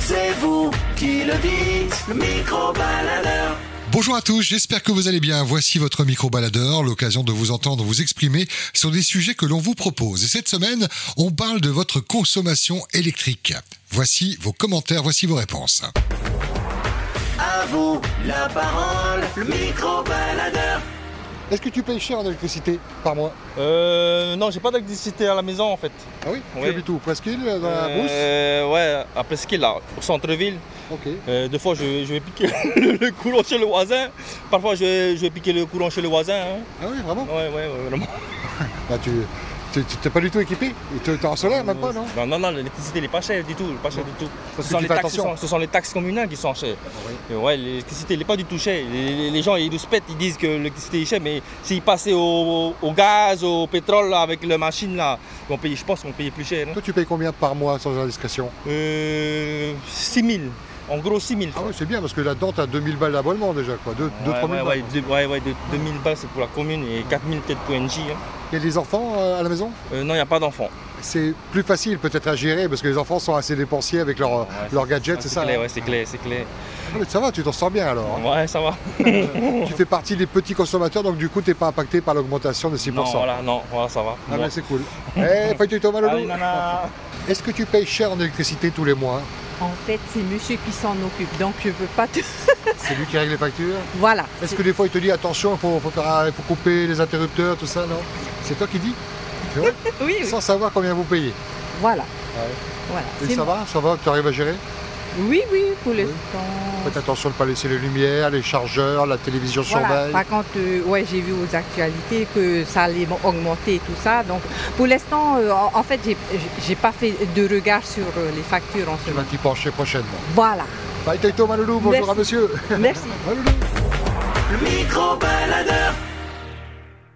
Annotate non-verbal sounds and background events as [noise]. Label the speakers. Speaker 1: c'est vous qui le dites, le micro-baladeur.
Speaker 2: Bonjour à tous, j'espère que vous allez bien. Voici votre micro-baladeur, l'occasion de vous entendre vous exprimer sur des sujets que l'on vous propose. Et cette semaine, on parle de votre consommation électrique. Voici vos commentaires, voici vos réponses.
Speaker 1: À vous la parole, le micro-baladeur.
Speaker 2: Est-ce que tu payes cher en électricité par mois
Speaker 3: Euh, non, j'ai pas d'électricité à la maison en fait.
Speaker 2: Ah oui
Speaker 3: Oui.
Speaker 2: Tu habites où Presqu'île, dans la brousse
Speaker 3: Euh, ouais, à Presqu'île, là, au centre-ville.
Speaker 2: Ok.
Speaker 3: Euh, des fois, je, je vais piquer [laughs] le, le courant chez le voisin. Parfois, je, vais- je vais piquer le courant chez le voisin. hein.
Speaker 2: Ah oui, vraiment
Speaker 3: Ouais, ouais, ouais,
Speaker 2: [laughs]
Speaker 3: vraiment.
Speaker 2: Bah tu tu- tu- t'es pas du tout équipé Et T'es t'es en solaire même pas, non
Speaker 3: Non, non, non, l'électricité elle est pas chère du tout. elle est Pas chère du tout.
Speaker 2: Parce que
Speaker 3: sont
Speaker 2: tu
Speaker 3: les
Speaker 2: fais
Speaker 3: taxes,
Speaker 2: attention. Ah
Speaker 3: sont- ce sont les taxes communales qui sont chères.
Speaker 2: oui.
Speaker 3: Et Ouais, l'électricité elle est pas du tout chère. Les, les- les gens ils nous pètent, ils disent que l'électricité est chère, mais s'ils passaient au, au gaz, au pétrole là, avec la machine là, on paye, je pense qu'on payait plus cher. hein.
Speaker 2: Toi tu payes combien par mois sans indiscrétion
Speaker 3: Euh, 6 000. En gros, 6 000.
Speaker 2: Ah oui, c'est bien parce que là-dedans t'as 2000 balles d'abonnement déjà quoi, 2
Speaker 3: ouais,
Speaker 2: 3000
Speaker 3: ouais,
Speaker 2: balles.
Speaker 3: ouais, deux- ouais, ouais, deux- 2000 balles c'est pour la commune et 4000 peut-être pour NJ. hein.
Speaker 2: Il y a des enfants euh, à la maison
Speaker 3: Euh, non, il n'y a pas d'enfants.
Speaker 2: C'est plus facile peut-être à gérer parce que les enfants sont assez dépensiers avec leurs euh,
Speaker 3: Ouais,
Speaker 2: leurs gadgets,
Speaker 3: Ah,
Speaker 2: c'est ça
Speaker 3: clair,
Speaker 2: hein
Speaker 3: ouais, c'est clair, c'est clair.
Speaker 2: Ah, mais Ça va, tu t'en sors bien alors. hein.
Speaker 3: Ouais, ça va.
Speaker 2: Tu fais partie des petits consommateurs donc du coup t'es pas impacté par l'augmentation de 6%.
Speaker 3: Non, voilà, non, voilà, ça va.
Speaker 2: Ah
Speaker 3: Bon. Ah
Speaker 2: mais c'est cool. Eh, pas du tout mal au
Speaker 3: Allez,
Speaker 2: dos.
Speaker 3: nana.
Speaker 2: Est-ce que tu payes cher en électricité tous les mois
Speaker 4: En fait, c'est monsieur qui s'en occupe, donc je peux pas te. [laughs]
Speaker 2: C'est lui qui règle les factures
Speaker 4: Voilà.
Speaker 2: Est-ce que des fois il te dit attention, il faut, faut faire un- faut couper les interrupteurs, tout ça, non C'est toi qui dis Tu vois
Speaker 4: [laughs] Oui, oui.
Speaker 2: Sans savoir combien vous payez.
Speaker 4: Voilà.
Speaker 2: Ouais.
Speaker 4: Voilà.
Speaker 2: Et
Speaker 4: c'est
Speaker 2: ça
Speaker 4: moi.
Speaker 2: va Ça va Tu arrives à gérer
Speaker 4: Oui, oui, pour
Speaker 2: Oui.
Speaker 4: l'instant.
Speaker 2: Faites attention de ne pas laisser les lumières, les chargeurs, la télévision
Speaker 4: Voilà.
Speaker 2: surveille.
Speaker 4: Par contre, euh, ouais, j'ai vu aux actualités que ça allait augmenter et tout ça. Donc, pour l'instant, euh, en en fait, j'ai- j'ai pas fait de regard sur euh, les factures en ce
Speaker 2: Tu vas
Speaker 4: moment.
Speaker 2: t'y pencher prochainement. [laughs]
Speaker 4: Voilà.
Speaker 2: Bye Taito Maloulou, bonjour
Speaker 4: Merci.
Speaker 2: à monsieur.
Speaker 4: Merci.
Speaker 2: Maloulou.
Speaker 1: Le micro-baladeur.